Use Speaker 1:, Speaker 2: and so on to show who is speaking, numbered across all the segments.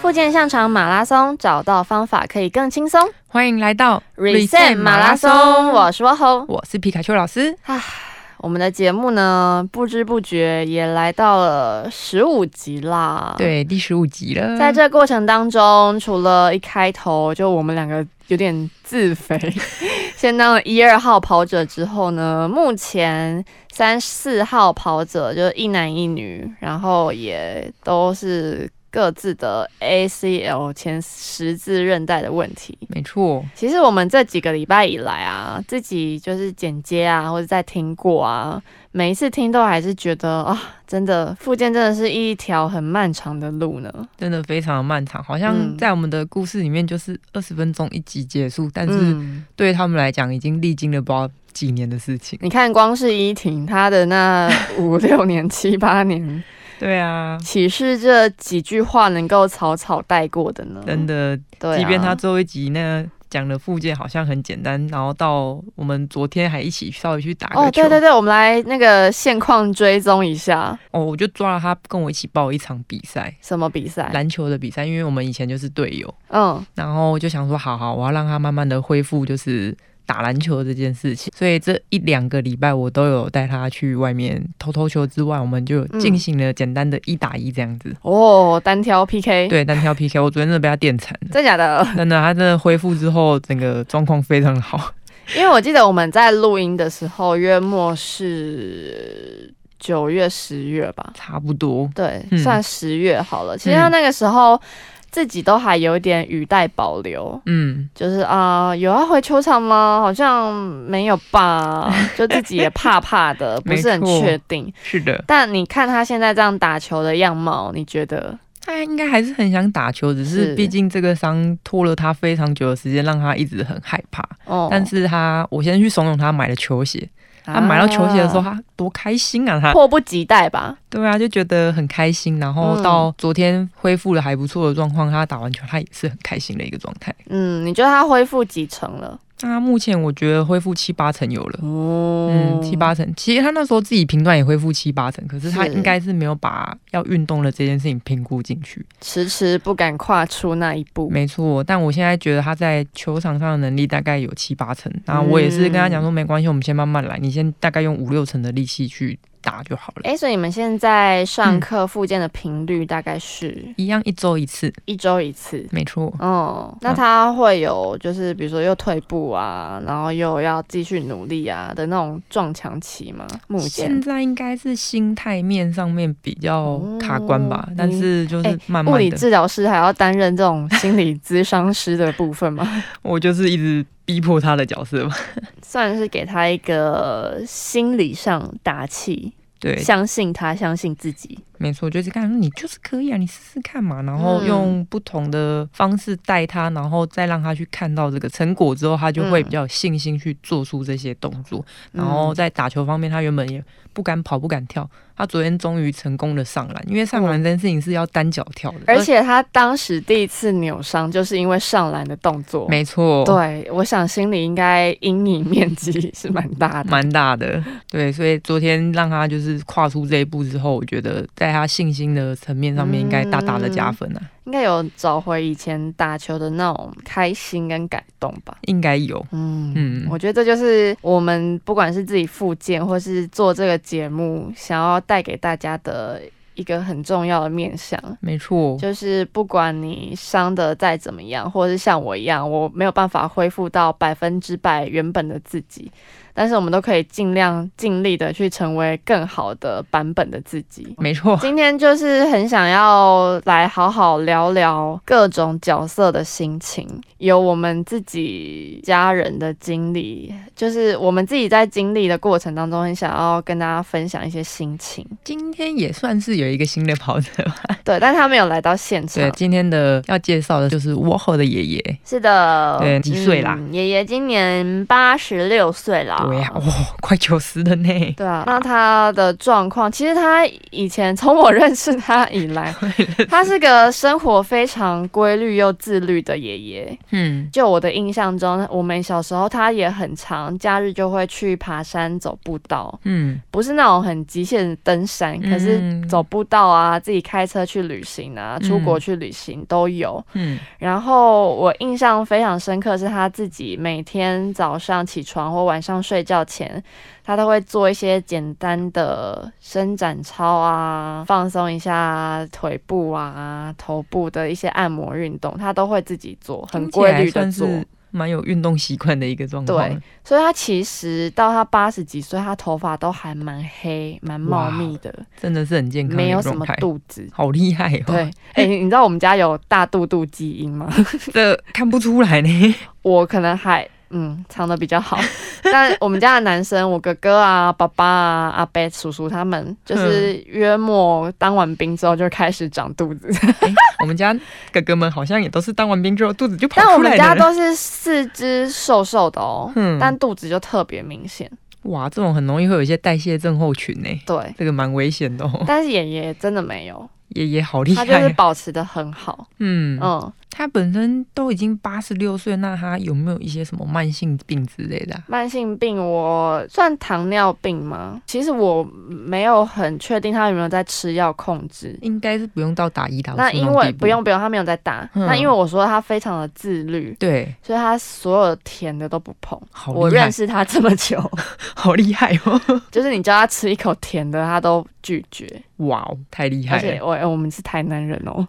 Speaker 1: 复健上场马拉松，找到方法可以更轻松。
Speaker 2: 欢迎来到
Speaker 1: Reset 马拉松，我是 WoHo。
Speaker 2: 我是皮卡丘老师。
Speaker 1: 我们的节目呢，不知不觉也来到了十五集啦。，
Speaker 2: 对，第十五集了，
Speaker 1: 在这过程当中，除了一开头就我们两个有点自肥， 先当了一二号跑者之后呢，目前三四号跑者就是一男一女，然后也都是各自的 ACL 前十字韧带的问题。
Speaker 2: 没错，
Speaker 1: 其实我们这几个礼拜以来啊，自己就是剪接啊，或者在听过啊，每一次听都还是觉得啊，真的复健真的是一条很漫长的路呢。
Speaker 2: 真的非常漫长，好像
Speaker 1: 嗯
Speaker 2: 在我们的故事里面就是二十分钟一集结束，但是
Speaker 1: 嗯，
Speaker 2: 对他们来讲已经历经了不知道几年的事情。
Speaker 1: 你看光是依婷她的那五六年、七八 年，
Speaker 2: 对啊，
Speaker 1: 岂是这几句话能够草草带过的呢？
Speaker 2: 真的，
Speaker 1: 对、啊，
Speaker 2: 即便他最后一集呢。讲的附件好像很简单，然后到我们昨天还一起稍微去打
Speaker 1: 哦，
Speaker 2: 个球，
Speaker 1: 对对对，我们来那个现况追踪一下，
Speaker 2: 哦我就抓了他跟我一起报一场比赛，
Speaker 1: 什么比赛？
Speaker 2: 篮球的比赛，因为我们以前就是队友，
Speaker 1: 嗯，
Speaker 2: 然后就想说，好好，我要让他慢慢的恢复，就是打篮球这件事情。所以这一两个礼拜，我都有带他去外面投投球之外，我们就进行了简单的一打一这样子。
Speaker 1: 哦，单挑 PK，，
Speaker 2: 对，单挑 PK，我昨天真的被他电惨了。
Speaker 1: 真假的？
Speaker 2: 真的，他真的恢复之后，整个状况非常好。
Speaker 1: 因为我记得我们在录音的时候，约莫是九月、十月吧，
Speaker 2: 差不多，
Speaker 1: 对，
Speaker 2: 嗯
Speaker 1: 算十月好了。其实他那个时候自己都还有一点语带保留，
Speaker 2: 嗯，
Speaker 1: 就是啊、有要回球场吗？好像没有 吧，就自己也怕怕的，不是很
Speaker 2: 没错
Speaker 1: 确定。
Speaker 2: 是的，
Speaker 1: 但你看他现在这样打球的样貌，你觉得？
Speaker 2: 他应该还是很想打球，只
Speaker 1: 是
Speaker 2: 是毕竟这个伤拖了他非常久的时间，让他一直很害怕。
Speaker 1: 哦
Speaker 2: 但是他，我先去怂恿他买了球鞋，他买到球鞋的时候，
Speaker 1: 啊
Speaker 2: 他多开心啊！他
Speaker 1: 迫不及待吧？
Speaker 2: 对啊，就觉得很开心。然后
Speaker 1: 嗯
Speaker 2: 到昨天恢复了还不错的状况，他打完球他也是很开心的一个状态。
Speaker 1: 嗯，你觉得他恢复几成了？
Speaker 2: 那目前我觉得恢复七八成有了，
Speaker 1: 哦
Speaker 2: 嗯，七八成。其实他那时候自己评断也恢复七八成，可是他
Speaker 1: 是
Speaker 2: 应该是没有把要运动的这件事情评估进去。
Speaker 1: 迟迟不敢跨出那一步。
Speaker 2: 没错，但我现在觉得他在球场上的能力大概有七八成。然后我也是跟他
Speaker 1: 嗯
Speaker 2: 讲说，没关系，我们先慢慢来，你先大概用五六成的力气去打就好了。
Speaker 1: 哎、所以你们现在上
Speaker 2: 嗯
Speaker 1: 课复健的频率大概是
Speaker 2: 一样一周一次，
Speaker 1: 一周一次。
Speaker 2: 没错。
Speaker 1: 哦，
Speaker 2: 嗯
Speaker 1: 那他会有就是比如说又退步啊，然后又要继续努力啊的那种撞墙期吗？目前
Speaker 2: 现在应该是心态面上面比较卡关吧，
Speaker 1: 哦
Speaker 2: 但是就是慢
Speaker 1: 物
Speaker 2: 慢
Speaker 1: 理
Speaker 2: 的，
Speaker 1: 治疗师还要担任这种心理咨商师的部分吗？
Speaker 2: 我就是一直逼迫他的角色吧。
Speaker 1: 算是给他一个心理上打气，
Speaker 2: 对，
Speaker 1: 相信他，相信自己。
Speaker 2: 没错，就是看你就是可以啊，你试试看嘛，然后用不同的方式带他，然后再让他去看到这个成果之后，他就会
Speaker 1: 嗯
Speaker 2: 比较有信心去做出这些动作。
Speaker 1: 嗯
Speaker 2: 然后在打球方面，他原本也不敢跑，不敢跳，他昨天终于成功的上篮，因为上篮这件事情是要单脚跳的，
Speaker 1: 哦而且他当时第一次扭伤，就是因为上篮的动作。
Speaker 2: 没错，
Speaker 1: 对，我想心里应该阴影面积是蛮大的。
Speaker 2: 蛮大的，对，所以昨天让他就是跨出这一步之后，我觉得在他信心的层面上面应该大大的加分啊，
Speaker 1: 应该有找回以前打球的那种开心跟感动吧。
Speaker 2: 应该有，
Speaker 1: 嗯
Speaker 2: 嗯
Speaker 1: 我觉得这就是我们不管是自己复健，或是做这个节目，想要带给大家的一个很重要的面向。
Speaker 2: 没错，
Speaker 1: 就是不管你伤的再怎么样，或者是像我一样，我没有办法恢复到百分之百原本的自己，但是我们都可以尽量尽力的去成为更好的版本的自己。
Speaker 2: 没 错，
Speaker 1: 今天就是很想要来好好聊聊各种角色的心情，有我们自己家人的经历，就是我们自己在经历的过程当中，很想要跟大家分享一些心情。
Speaker 2: 今天也算是有一个新的跑者吧，
Speaker 1: 对，但他没有来到现场
Speaker 2: 对，，今天的要介绍的就是窝后的爷爷，
Speaker 1: 是的，
Speaker 2: 对几岁啦
Speaker 1: 嗯爷爷今年八十六岁啦，
Speaker 2: 维啊，哇、快九十了呢，
Speaker 1: 对啊，那他的状况，其实他以前从我认识他以 来，他是个生活非常规律又自律的爷爷。
Speaker 2: 嗯，
Speaker 1: 就我的印象中，我们小时候他也很常假日就会去爬山走步道，
Speaker 2: 嗯，
Speaker 1: 不是那种很极限登山，可是
Speaker 2: 嗯
Speaker 1: 走，步道啊，自己开车去旅行啊，出国
Speaker 2: 嗯
Speaker 1: 去旅行都有。
Speaker 2: 嗯
Speaker 1: 然后我印象非常深刻是他自己每天早上起床或晚上睡觉前，他都会做一些简单的伸展操啊，放松一下腿部啊、头部的一些按摩运动，他都会自己做，很
Speaker 2: 听起
Speaker 1: 规
Speaker 2: 来
Speaker 1: 律的
Speaker 2: 算
Speaker 1: 做。
Speaker 2: 是蛮有运动习惯的一个状况，
Speaker 1: 对，所以他其实到他八十几岁，他头发都还蛮黑、蛮茂密的，
Speaker 2: 真的是很健康的
Speaker 1: 没
Speaker 2: 一
Speaker 1: 有
Speaker 2: 个
Speaker 1: 什
Speaker 2: 状
Speaker 1: 么
Speaker 2: 态，
Speaker 1: 肚 子。
Speaker 2: 好厉害哦，
Speaker 1: 对，哎、你知道我们家有大肚肚基因吗？
Speaker 2: 这看不出来呢，
Speaker 1: 我可能还嗯藏的比较 好，但我们家的男生，我哥哥啊、爸爸啊、阿伯、叔叔他们，就是
Speaker 2: 嗯
Speaker 1: 约莫当完兵之后就开始长肚 子，
Speaker 2: 我们家哥哥们好像也都是当完兵之后肚子就跑
Speaker 1: 但我
Speaker 2: 出来
Speaker 1: 们
Speaker 2: 了，
Speaker 1: 家都是四肢瘦瘦的哦，
Speaker 2: 嗯
Speaker 1: 但肚子就特别明显。
Speaker 2: 哇，这种很容易会有一些代谢症候群呢，
Speaker 1: 对，
Speaker 2: 这个蛮危险的哦。
Speaker 1: 但是爷爷真的没有，
Speaker 2: 爷爷好厉
Speaker 1: 他
Speaker 2: 害
Speaker 1: 就
Speaker 2: 哦，
Speaker 1: 是保持的很好，
Speaker 2: 嗯，
Speaker 1: 嗯。
Speaker 2: 他本身都已经八十六岁，那他有没有一些什么慢性病之类的啊、
Speaker 1: 慢性病，我算糖尿病吗？其实我没有很确定他有没有在吃药控制，
Speaker 2: 应该是不用到打胰岛素
Speaker 1: 那
Speaker 2: 种
Speaker 1: 因为
Speaker 2: 地步
Speaker 1: 不用不用，他没有在打。
Speaker 2: 嗯
Speaker 1: 那因为我说他非常的自律，
Speaker 2: 对，
Speaker 1: 所以他所有甜的都不碰。
Speaker 2: 好
Speaker 1: 我
Speaker 2: 厉害
Speaker 1: 认，识他这么久，
Speaker 2: 好厉害哦！
Speaker 1: 就是你叫他吃一口甜的，他都拒绝。
Speaker 2: 哇哦，太厉
Speaker 1: 而
Speaker 2: 害
Speaker 1: 且
Speaker 2: 了！嗯
Speaker 1: 我我们是台南人哦，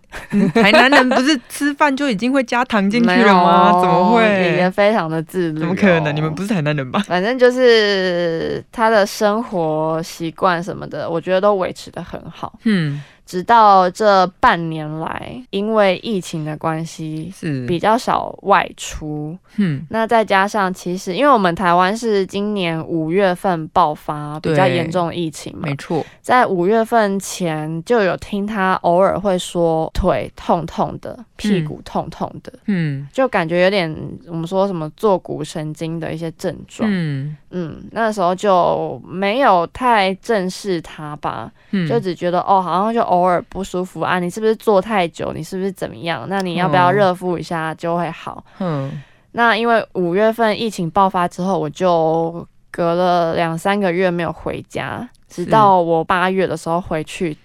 Speaker 2: 台南人不是吃饭就已经会加糖进去
Speaker 1: 没有
Speaker 2: 了吗？怎么
Speaker 1: 也
Speaker 2: 会？
Speaker 1: 非常的自律、
Speaker 2: 怎么可能？你们不
Speaker 1: 是？哦
Speaker 2: 是台南人吧？
Speaker 1: 反正就是他的生活习惯什么的，我觉得都维持的很好。
Speaker 2: 嗯，
Speaker 1: 直到这半年来，因为疫情的关系，
Speaker 2: 是，
Speaker 1: 比较少外出，
Speaker 2: 嗯，
Speaker 1: 那再加上，其实因为我们台湾是今年五月份爆发比较
Speaker 2: 对
Speaker 1: 严重的疫情嘛
Speaker 2: 没，错，
Speaker 1: 在五月份前就有听他偶尔会说腿痛痛的、屁股痛痛的，
Speaker 2: 嗯
Speaker 1: 就感觉有点我们说什么坐骨神经的一些症状。嗯
Speaker 2: 嗯
Speaker 1: 那时候就没有太正视他吧，
Speaker 2: 嗯，
Speaker 1: 就只觉得哦，好像就偶尔不舒服啊，你是不是坐太久？你是不是怎么样？那你要不要
Speaker 2: 哦
Speaker 1: 热敷一下就会好？
Speaker 2: 嗯
Speaker 1: 那因为五月份疫情爆发之后，我就隔了两三个月没有回家，直
Speaker 2: 是
Speaker 1: 到我八月的时候回去，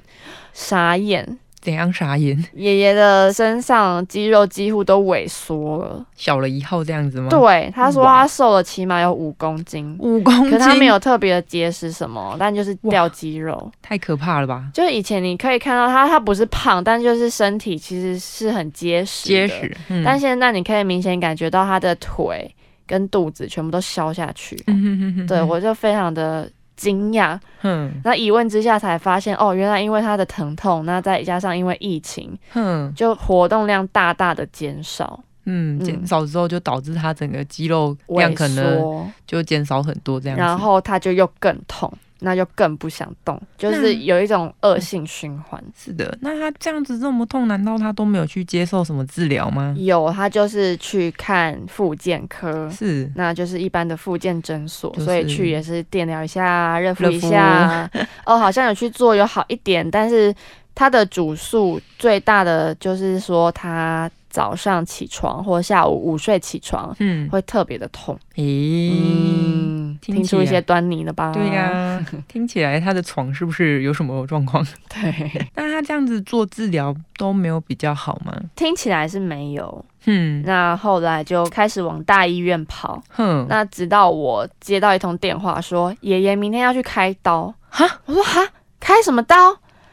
Speaker 1: 傻眼，
Speaker 2: 怎样傻眼，
Speaker 1: 爷爷的身上肌肉几乎都萎缩了。
Speaker 2: 小了一号这样子吗？，
Speaker 1: 对，啊他说
Speaker 2: 哇
Speaker 1: 他瘦了起码有五公斤，
Speaker 2: 五公
Speaker 1: 可
Speaker 2: 斤，
Speaker 1: 是他没有特别的节食什么，但就是掉肌肉。
Speaker 2: 太可怕了吧？
Speaker 1: 就是以前你可以看到他，他不是胖，但就是身体其实是很结实，
Speaker 2: 结。实，嗯
Speaker 1: 但现在你可以明显感觉到他的腿跟肚子全部都消下去。
Speaker 2: 嗯哼哼哼
Speaker 1: 对
Speaker 2: 哼
Speaker 1: 我就非常的惊讶。
Speaker 2: 哼
Speaker 1: 那一问之下才发现，哦，原来因为他的疼痛，那再加上因为疫情，
Speaker 2: 哼，
Speaker 1: 就活动量大大的减少，
Speaker 2: 嗯，
Speaker 1: 嗯
Speaker 2: 减少之后就导致他整个肌肉量
Speaker 1: 萎
Speaker 2: 可能
Speaker 1: 缩，
Speaker 2: 就减少很多这样子。
Speaker 1: 然后他就又更痛，那就更不想动，就是
Speaker 2: 那
Speaker 1: 有一种恶性循环。
Speaker 2: 是的，那他这样子这么痛，难道他都没有去接受什么治疗吗？
Speaker 1: 有，他就是去看复健科。
Speaker 2: 是，
Speaker 1: 那就是一般的复健诊所，
Speaker 2: 就是
Speaker 1: 所以去也是电疗一下、热敷
Speaker 2: 热
Speaker 1: 一
Speaker 2: 敷
Speaker 1: 下。哦，好像有去做有好一点，但是它的主诉最大的就是说，他早上起床或下午午睡起床
Speaker 2: 嗯，
Speaker 1: 会特别的痛。
Speaker 2: 咦、
Speaker 1: 嗯，
Speaker 2: 听
Speaker 1: 听
Speaker 2: 起
Speaker 1: 出一些
Speaker 2: 来
Speaker 1: 端倪了吧？
Speaker 2: 对呀、 听起来他的床是不是有什么状况？
Speaker 1: 对，
Speaker 2: 那他这样子做治疗都没有比较好吗？
Speaker 1: 听起来是没有。
Speaker 2: 嗯，
Speaker 1: 那后来就开始往大医院跑。
Speaker 2: 哼，
Speaker 1: 那直到我接到一通电话说，爷爷明天要去开刀。
Speaker 2: 哈，
Speaker 1: 我说哈，开什么刀？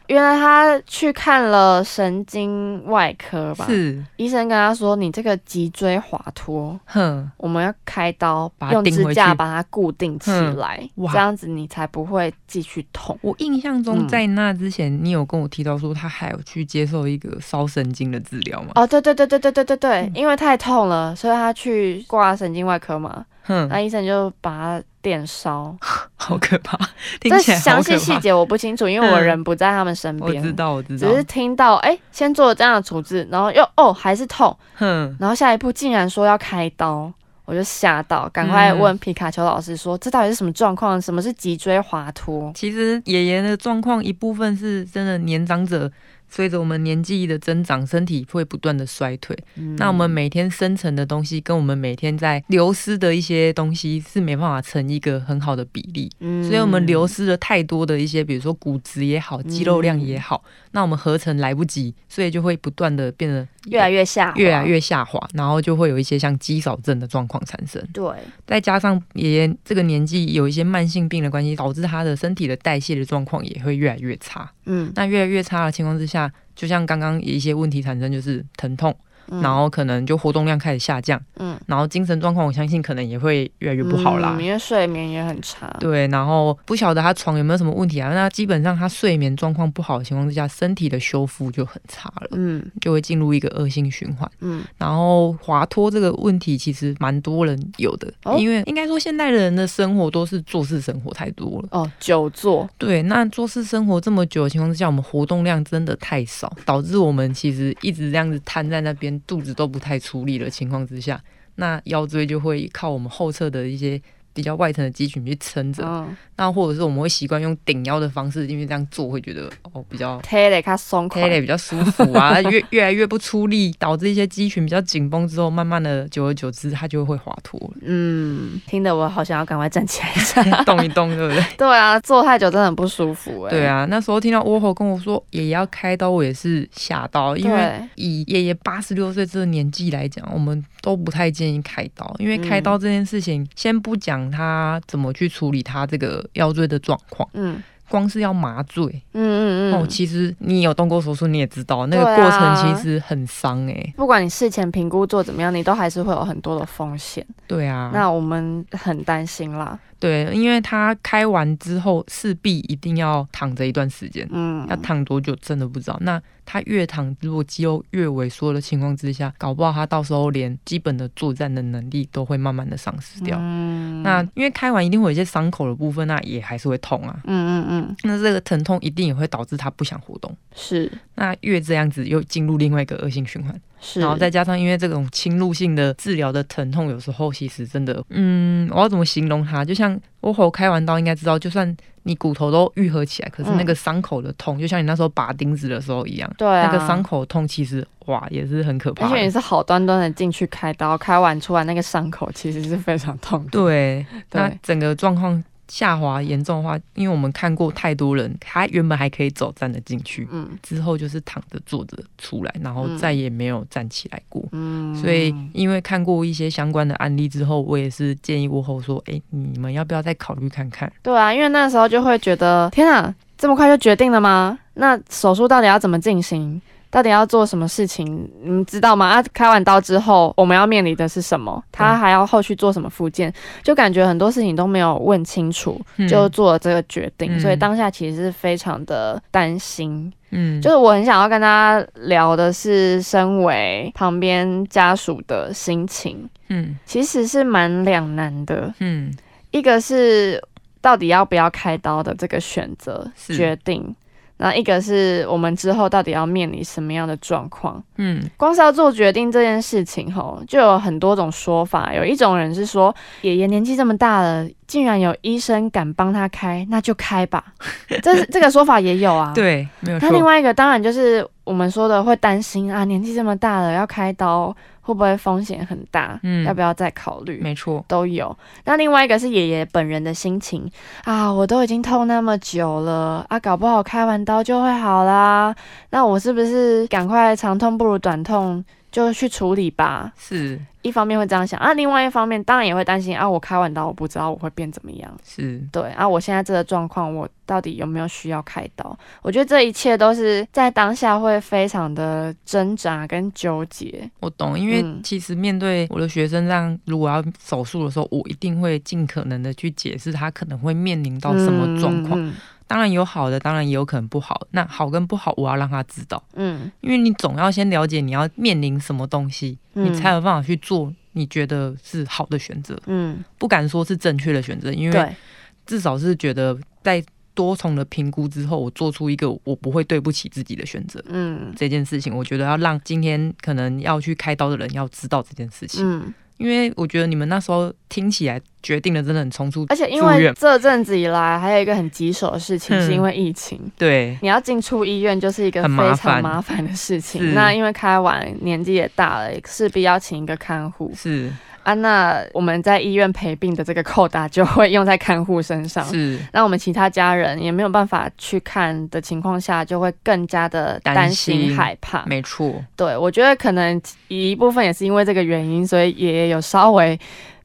Speaker 1: 原来他去看了神经外科吧？
Speaker 2: 是，
Speaker 1: 医生跟他说，你这个脊椎滑脱，
Speaker 2: 哼，
Speaker 1: 我们要开刀
Speaker 2: 把，它
Speaker 1: 用
Speaker 2: 钉
Speaker 1: 支
Speaker 2: 回
Speaker 1: 架
Speaker 2: 去
Speaker 1: 把它固定起
Speaker 2: 嗯
Speaker 1: 来，
Speaker 2: 哇
Speaker 1: 这样子你才不会继续痛。
Speaker 2: 我印象中
Speaker 1: 嗯
Speaker 2: 在那之前，你有跟我提到说他还有去接受一个烧神经的治疗吗？
Speaker 1: 哦，对对对对对对对对，
Speaker 2: 嗯
Speaker 1: 因为太痛了，所以他去挂神经外科嘛。
Speaker 2: 哼，
Speaker 1: 那医生就把他电烧，
Speaker 2: 好可 怕，听
Speaker 1: 这
Speaker 2: 起来好
Speaker 1: 详细
Speaker 2: 可
Speaker 1: 细
Speaker 2: 怕。
Speaker 1: 节我不清楚，因为我
Speaker 2: 嗯
Speaker 1: 人不在他们身
Speaker 2: 我
Speaker 1: 边。
Speaker 2: 知道，我知道
Speaker 1: 只，是听到哎、先做了这样的处置，然后又哦还是痛，
Speaker 2: 哼，
Speaker 1: 然后下一步竟然说要开刀，我我就吓到，赶快问皮卡丘老师说：“这到底是什么状况？什么是脊椎滑脱
Speaker 2: 其实爷爷的状况一部分是真的年长者。随着我们年纪的增长，身体会不断的衰退。？”
Speaker 1: 嗯
Speaker 2: 那我们每天生成的东西，跟我们每天在流失的一些东西是没办法成一个很好的比例。
Speaker 1: 嗯
Speaker 2: 所以我们流失了太多的一些，比如说骨质也好，肌肉量也好，那我们合成来不及，所以就会不断的变得
Speaker 1: 越来越下滑，
Speaker 2: 越来越下滑，然后就会有一些像肌少症的状况产生。
Speaker 1: 对，
Speaker 2: 再加上爷爷这个年纪有一些慢性病的关系，导致他的身体的代谢的状况也会越来越差。
Speaker 1: 嗯，
Speaker 2: 那越来越差的情况之下，就像刚刚一些问题产生，就是疼痛，
Speaker 1: 嗯
Speaker 2: 然后可能就活动量开始下降，
Speaker 1: 嗯
Speaker 2: 然后精神状况我相信可能也会越来越不好啦。
Speaker 1: 嗯因为睡眠也很差，
Speaker 2: 对，然后不晓得他床有没有什么问题啊？那基本上他睡眠状况不好的情况之下，身体的修复就很差了，
Speaker 1: 嗯
Speaker 2: 就会进入一个恶性循环。
Speaker 1: 嗯
Speaker 2: 然后滑脱这个问题其实蛮多人有的，
Speaker 1: 哦
Speaker 2: 因为应该说现代人的生活都是做事生活太多了。
Speaker 1: 哦，久坐，
Speaker 2: 对，那做事生活这么久的情况之下，我们活动量真的太少，导致我们其实一直这样子瘫在那边，肚子都不太出力的情况之下，那腰椎就会靠我们后侧的一些比较外层的肌群去撑着。
Speaker 1: 嗯，
Speaker 2: 那或者是我们会习惯用顶腰的方式，因为这样做会觉得哦比较
Speaker 1: 推得较松
Speaker 2: 推
Speaker 1: 快，
Speaker 2: 得比较舒服 啊，越越来越不出力，导致一些肌群比较紧绷之后，慢慢的久而久之它就会滑脱了，
Speaker 1: 嗯，听得我好想要赶快站起来一 下。
Speaker 2: 动一动对不对？
Speaker 1: 对啊，坐太久真的很不舒服哎、
Speaker 2: 对，啊，那时候听到窝火跟我说爷爷要开刀，我也是吓到，因为
Speaker 1: 对，
Speaker 2: 以爷爷八十六岁这个年纪来讲，我们都不太建议开刀，因为开
Speaker 1: 嗯
Speaker 2: 刀这件事情，先不讲他怎么去处理他这个腰椎的状况，
Speaker 1: 嗯
Speaker 2: 光是要麻醉。
Speaker 1: 嗯嗯
Speaker 2: 哦，
Speaker 1: 嗯。
Speaker 2: 其实你有动过手术，你也知道那个
Speaker 1: 对啊
Speaker 2: 过程其实很伤哎、
Speaker 1: 不管你事前评估做怎么样，你都还是会有很多的风险。
Speaker 2: 对啊，
Speaker 1: 那我们很担心啦，
Speaker 2: 对，因为他开完之后势必一定要躺着一段时间，
Speaker 1: 嗯
Speaker 2: 要，躺多久真的不知道。那他越躺，如果肌肉越萎缩的情况之下，搞不好他到时候连基本的作战的能力都会慢慢的丧失掉。
Speaker 1: 嗯
Speaker 2: 那因为开完一定会有一些伤口的部分，那也还是会痛啊。
Speaker 1: 嗯嗯嗯，
Speaker 2: 那这个疼痛一定也会导致他不想活动。
Speaker 1: 是
Speaker 2: 那越这样子，又进入另外一个恶性循环。
Speaker 1: 是，
Speaker 2: 然后再加上因为这种侵入性的治疗的疼痛，有时候其实真的，嗯，我要怎么形容它？就像我吼开完刀，应该知道，就算你骨头都愈合起来，可是那个伤口的痛，就像你那时候拔钉子的时候一样，
Speaker 1: 嗯对啊，
Speaker 2: 那个伤口痛其实哇也是很可
Speaker 1: 而
Speaker 2: 怕
Speaker 1: 且你
Speaker 2: 的。
Speaker 1: 是好端端的进去开刀，开完出来那个伤口其实是非常痛的。
Speaker 2: 对，啊那
Speaker 1: 对，
Speaker 2: 整个状况下滑严重的话，因为我们看过太多人，他原本还可以走站得进去，
Speaker 1: 嗯
Speaker 2: 之后就是躺着坐着出来，然后
Speaker 1: 嗯
Speaker 2: 再也没有站起来过。
Speaker 1: 嗯，
Speaker 2: 所以，因为看过一些相关的案例之后，我也是建议我后说，哎、你们要不要再考虑看看？
Speaker 1: 对啊，因为那时候就会觉得，天啊，这么快就决定了吗？那手术到底要怎么进行？到底要做什么事情？你们知道吗？啊，开完刀之后，我们要面临的是什么？他
Speaker 2: 嗯
Speaker 1: 还要后续做什么复健？就感觉很多事情都没有问清楚，就做了这个决定，
Speaker 2: 嗯
Speaker 1: 所以当下其实是非常的担心。
Speaker 2: 嗯，
Speaker 1: 就是我很想要跟大家聊的是，身为旁边家属的心情，
Speaker 2: 嗯
Speaker 1: 其实是蛮两难的。
Speaker 2: 嗯
Speaker 1: 一个是到底要不要开刀的这个选择
Speaker 2: 是
Speaker 1: 决定，然后一个是我们之后到底要面临什么样的状况。
Speaker 2: 嗯
Speaker 1: 光是要做决定这件事情，吼，就有很多种说法。有一种人是说，爷爷年纪这么大了，竟然有医生敢帮他开，那就开 吧。这是这个说法也有啊。
Speaker 2: 对，没有
Speaker 1: 那另
Speaker 2: 错，
Speaker 1: 外一个当然就是我们说的会担心啊，年纪这么大了要开刀，会不会风险很大？
Speaker 2: 嗯
Speaker 1: 要不要再考虑？
Speaker 2: 没错，
Speaker 1: 都有。那另外一个是爷爷本人的心情啊，我都已经痛那么久了啊，搞不好开完刀就会好啦。那我是不是赶快长痛不如短痛，就去处理吧？
Speaker 2: 是
Speaker 1: 一方面会这样想啊，另外一方面当然也会担心啊，我开完刀我不知道我会变怎么样。
Speaker 2: 是，
Speaker 1: 对啊，我现在这个状况，我到底有没有需要开刀？我觉得这一切都是在当下会非常的挣扎跟纠结。
Speaker 2: 我懂，因为
Speaker 1: 嗯
Speaker 2: 其实面对我的学生这样，如果要手术的时候，我一定会尽可能的去解释他可能会面临到什么状况。
Speaker 1: 嗯？嗯
Speaker 2: 当然有好的，当然也有可能不好。那好跟不好，我要让他知道，
Speaker 1: 嗯，
Speaker 2: 因为你总要先了解你要面临什么东西，
Speaker 1: 嗯
Speaker 2: 你才有办法去做你觉得是好的选择。
Speaker 1: 嗯，
Speaker 2: 不敢说是正确的选择，因为
Speaker 1: 对，
Speaker 2: 至少是觉得在多重的评估之后，我做出一个我不会对不起自己的选择。
Speaker 1: 嗯
Speaker 2: 这件事情，我觉得要让今天可能要去开刀的人要知道这件事情，
Speaker 1: 嗯，
Speaker 2: 因为我觉得你们那时候听起来决定的真的很冲突，
Speaker 1: 而且因
Speaker 2: 住
Speaker 1: 为
Speaker 2: 院
Speaker 1: 这阵子以来，还有一个很棘手的事情，
Speaker 2: 嗯
Speaker 1: 是因为疫情，
Speaker 2: 对，
Speaker 1: 你要进出医院就是一个
Speaker 2: 很麻
Speaker 1: 非
Speaker 2: 烦
Speaker 1: 常麻烦的事情。
Speaker 2: 是
Speaker 1: 那因为开完年纪也大了，势必要请一个看护
Speaker 2: 是
Speaker 1: 啊。那我们在医院陪病的这个扣打就会用在看护身上。
Speaker 2: 是
Speaker 1: 那我们其他家人也没有办法去看的情况下，就会更加的担
Speaker 2: 担心
Speaker 1: 心害怕。
Speaker 2: 没错，
Speaker 1: 对，我觉得可能一部分也是因为这个原因，所以爷爷有稍微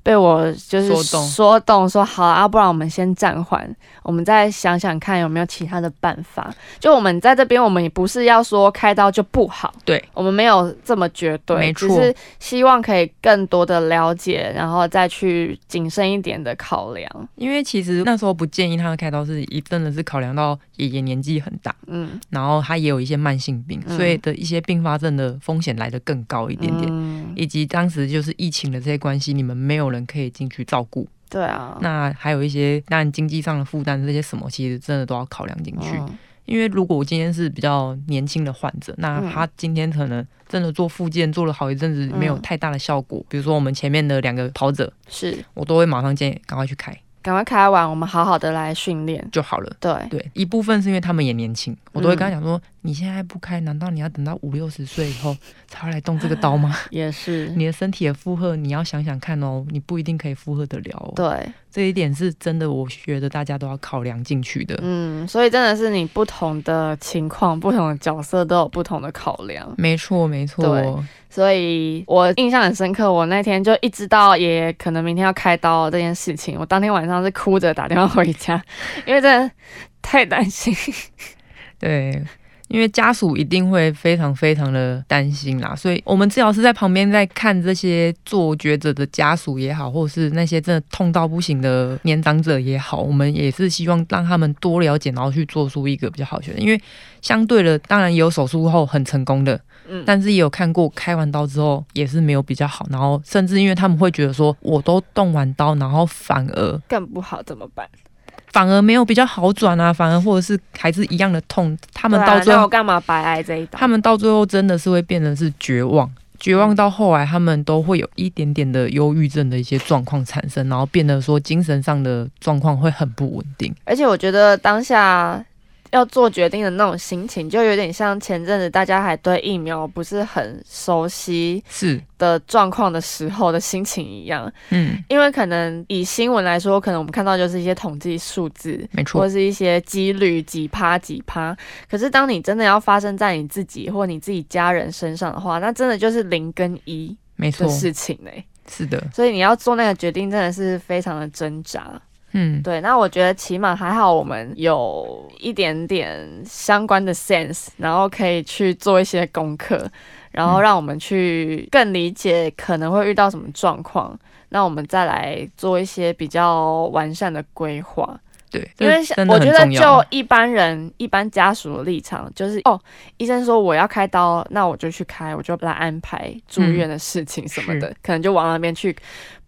Speaker 1: 被我就是
Speaker 2: 说动
Speaker 1: 说动说好啊，不然我们先暂缓，我们再想想看有没有其他的办法。就我们在这边，我们也不是要说开刀就不好，
Speaker 2: 对
Speaker 1: 我们没有这么绝对，
Speaker 2: 没
Speaker 1: 只
Speaker 2: 错
Speaker 1: 是希望可以更多的了解，然后再去谨慎一点的考量。
Speaker 2: 因为其实那时候不建议他的开刀是一真的是考量到爷爷年纪很大，
Speaker 1: 嗯，
Speaker 2: 然后他也有一些慢性病，
Speaker 1: 嗯
Speaker 2: 所以的一些并发症的风险来得更高一点点。
Speaker 1: 嗯，
Speaker 2: 以及当时就是疫情的这些关系，你们没有人可以进去照顾，
Speaker 1: 对啊，
Speaker 2: 那还有一些当然经济上的负担这些什么，其实真的都要考量进去。
Speaker 1: 嗯
Speaker 2: 因为如果我今天是比较年轻的患者，那
Speaker 1: 嗯
Speaker 2: 他今天可能真的做复健做了好一阵子，
Speaker 1: 嗯
Speaker 2: 没有太大的效果。比如说我们前面的两个跑者，
Speaker 1: 是
Speaker 2: 我都会马上建议赶快去开
Speaker 1: 赶快开完，我们好好的来训练。
Speaker 2: 就好了。
Speaker 1: 对，
Speaker 2: 对，一部分是因为他们也年轻，我都会
Speaker 1: 嗯
Speaker 2: 跟他讲说，你现在不开，难道你要等到五六十岁以后才会来动这个刀吗？
Speaker 1: 也是，
Speaker 2: 你的身体的负荷，你要想想看哦，你不一定可以负荷得了、哦。
Speaker 1: 对。
Speaker 2: 这一点是真的，我觉得大家都要考量进去的。
Speaker 1: 嗯，所以真的是你不同的情况、不同的角色都有不同的考量。
Speaker 2: 没错，没错
Speaker 1: 对，所以我印象很深刻，我那天就一知道爷爷可能明天要开刀这件事情，我当天晚上是哭着打电话回家， 因为真的太担心。
Speaker 2: 对，因为家属一定会非常非常的担心啦，所以我们治疗师在旁边在看这些做抉择的家属也好，或是那些真的痛到不行的年长者也好，我们也是希望让他们多了解，然后去做出一个比较好的选择。因为相对的，当然也有手术后很成功的，
Speaker 1: 嗯，
Speaker 2: 但是也有看过开完刀之后也是没有比较好，然后甚至因为他们会觉得说，我都动完刀，然后反而
Speaker 1: 更不好怎么办？
Speaker 2: 反而没有比较好转啊，反而或者是还是一样的痛，他们
Speaker 1: 对啊
Speaker 2: 到最
Speaker 1: 那
Speaker 2: 后
Speaker 1: 我干嘛白挨这一刀？
Speaker 2: 他们到最后真的是会变得是绝望，绝
Speaker 1: 嗯
Speaker 2: 望到后来他们都会有一点点的忧郁症的一些状况产生，然后变得说精神上的状况会很不稳定。
Speaker 1: 而且我觉得当下要做决定的那种心情，就有点像前阵子大家还对疫苗不是很熟悉
Speaker 2: 是，
Speaker 1: 的状况的时候的心情一样。
Speaker 2: 嗯，
Speaker 1: 因为可能以新闻来说，可能我们看到就是一些统计数字，
Speaker 2: 没
Speaker 1: 或
Speaker 2: 错，
Speaker 1: 是一些几率几趴几趴。可是当你真的要发生在你自己或你自己家人身上的话，那真的就是零跟一
Speaker 2: 没
Speaker 1: 的
Speaker 2: 错，
Speaker 1: 事情呢、
Speaker 2: 是的，
Speaker 1: 所以你要做那个决定，真的是非常的挣扎。
Speaker 2: 嗯，
Speaker 1: 对，那我觉得起码还好，我们有一点点相关的 sense，然后可以去做一些功课，然后让我们去更理解可能会遇到什么状况，那我们再来做一些比较完善的规划。
Speaker 2: 对，
Speaker 1: 因为
Speaker 2: 这
Speaker 1: 像
Speaker 2: 真的
Speaker 1: 我
Speaker 2: 很
Speaker 1: 觉得
Speaker 2: 重要
Speaker 1: 就一般人、一般家属的立场，就是哦，医生说我要开刀，那我就去开，我就来安排住
Speaker 2: 嗯
Speaker 1: 院的事情什么的，可能就往那边去，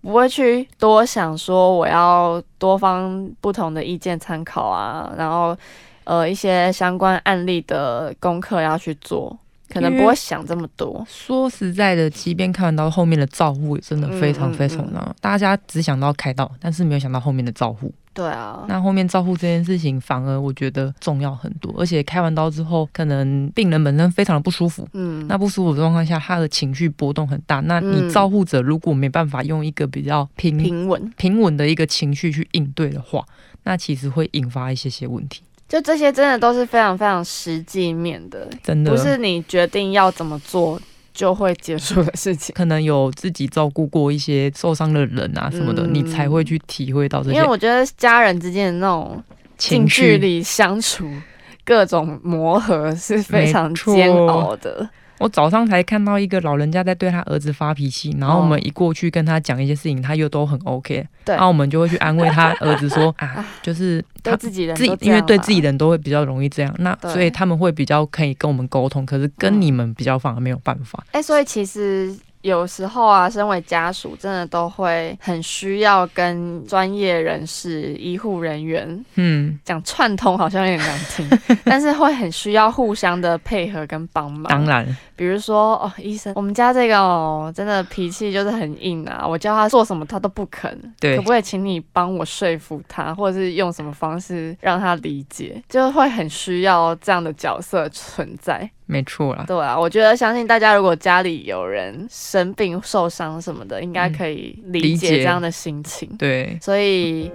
Speaker 1: 不会去多想说我要多方不同的意见参考啊，然后呃一些相关案例的功课要去做，可能
Speaker 2: 因为
Speaker 1: 不会想这么多。
Speaker 2: 说实在的，即便看到后面的照护，也真的非常
Speaker 1: 嗯嗯
Speaker 2: 非常难。大家只想到开刀，但是没有想到后面的照护。
Speaker 1: 对啊，
Speaker 2: 那后面照护这件事情，反而我觉得重要很多。而且开完刀之后，可能病人本身非常的不舒服，
Speaker 1: 嗯
Speaker 2: 那不舒服的状况下，他的情绪波动很大。那你
Speaker 1: 嗯
Speaker 2: 照护者如果没办法用一个比较平
Speaker 1: 平稳，
Speaker 2: 平稳的一个情绪去应对的话，那其实会引发一些些问题。
Speaker 1: 就这些真的都是非常非常实际面的，
Speaker 2: 真的
Speaker 1: 不是你决定要怎么做就会结束的事 情。
Speaker 2: 可能有自己照顾过一些受伤的人啊什么的，
Speaker 1: 嗯
Speaker 2: 你才会去体会到这
Speaker 1: 因
Speaker 2: 些
Speaker 1: 为我觉得家人之间的那种近
Speaker 2: 情
Speaker 1: 距
Speaker 2: 绪。
Speaker 1: 离相处、各种磨合是非常
Speaker 2: 没错
Speaker 1: 煎熬的。
Speaker 2: 我早上才看到一个老人家在对他儿子发脾气，然后我们一过去跟他讲一些事情，他又都很 OK。
Speaker 1: 哦对
Speaker 2: 然后我们就会去安慰他儿 子说啊，就是
Speaker 1: 对
Speaker 2: 他
Speaker 1: 自己人
Speaker 2: 自己
Speaker 1: 都，这
Speaker 2: 因
Speaker 1: 样
Speaker 2: 为
Speaker 1: 啊
Speaker 2: 对自己人都会比较容易这样，那
Speaker 1: 对嗯
Speaker 2: 所以他们会比较可以跟我们沟通，可是跟你们比较反而没有办法。
Speaker 1: 哎、所以其实有时候啊，身为家属，真的都会很需要跟专业人士、医护人员
Speaker 2: 嗯，
Speaker 1: 讲串通，好像有点难 听，但是会很需要互相的配合跟帮忙。
Speaker 2: 当然，
Speaker 1: 比如说哦，医生，我们家这个哦，真的脾气就是很硬啊，我叫他做什么他都不肯。
Speaker 2: 对
Speaker 1: 可不可以请你帮我说服他，或者是用什么方式让他理解？就会很需要这样的角色存在。
Speaker 2: 没错啦。
Speaker 1: 对啊，我觉得相信大家如果家里有人生病、受伤什么的，应该可以理
Speaker 2: 理
Speaker 1: 解
Speaker 2: 解
Speaker 1: 这样的心情。
Speaker 2: 对，
Speaker 1: 所以，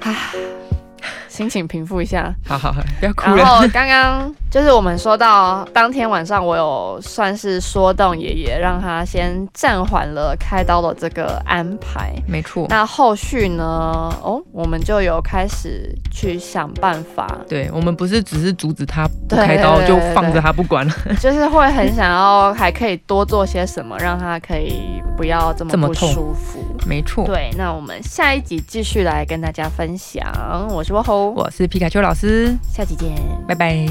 Speaker 1: 啊，心情平复一下。
Speaker 2: 好好好，不要 哭
Speaker 1: 然
Speaker 2: 了。
Speaker 1: 后刚刚就是我们说到，当天晚上我有算是说动爷爷，让他先暂缓了开刀的这个安排。
Speaker 2: 没错，
Speaker 1: 那后续呢？哦，我们就有开始去想办法，
Speaker 2: 对我们不是只是阻止他不
Speaker 1: 对
Speaker 2: 开刀，
Speaker 1: 对
Speaker 2: 就
Speaker 1: 对
Speaker 2: 放着他不管了，
Speaker 1: 就是会很想要还可以多做些什么，让他可以不要这么
Speaker 2: 这么
Speaker 1: 不
Speaker 2: 痛
Speaker 1: 舒服。
Speaker 2: 没错。
Speaker 1: 对，那我们下一集继续来跟大家分享。我是沃侯，
Speaker 2: 我是皮卡丘老师，
Speaker 1: 下集见。
Speaker 2: 拜拜。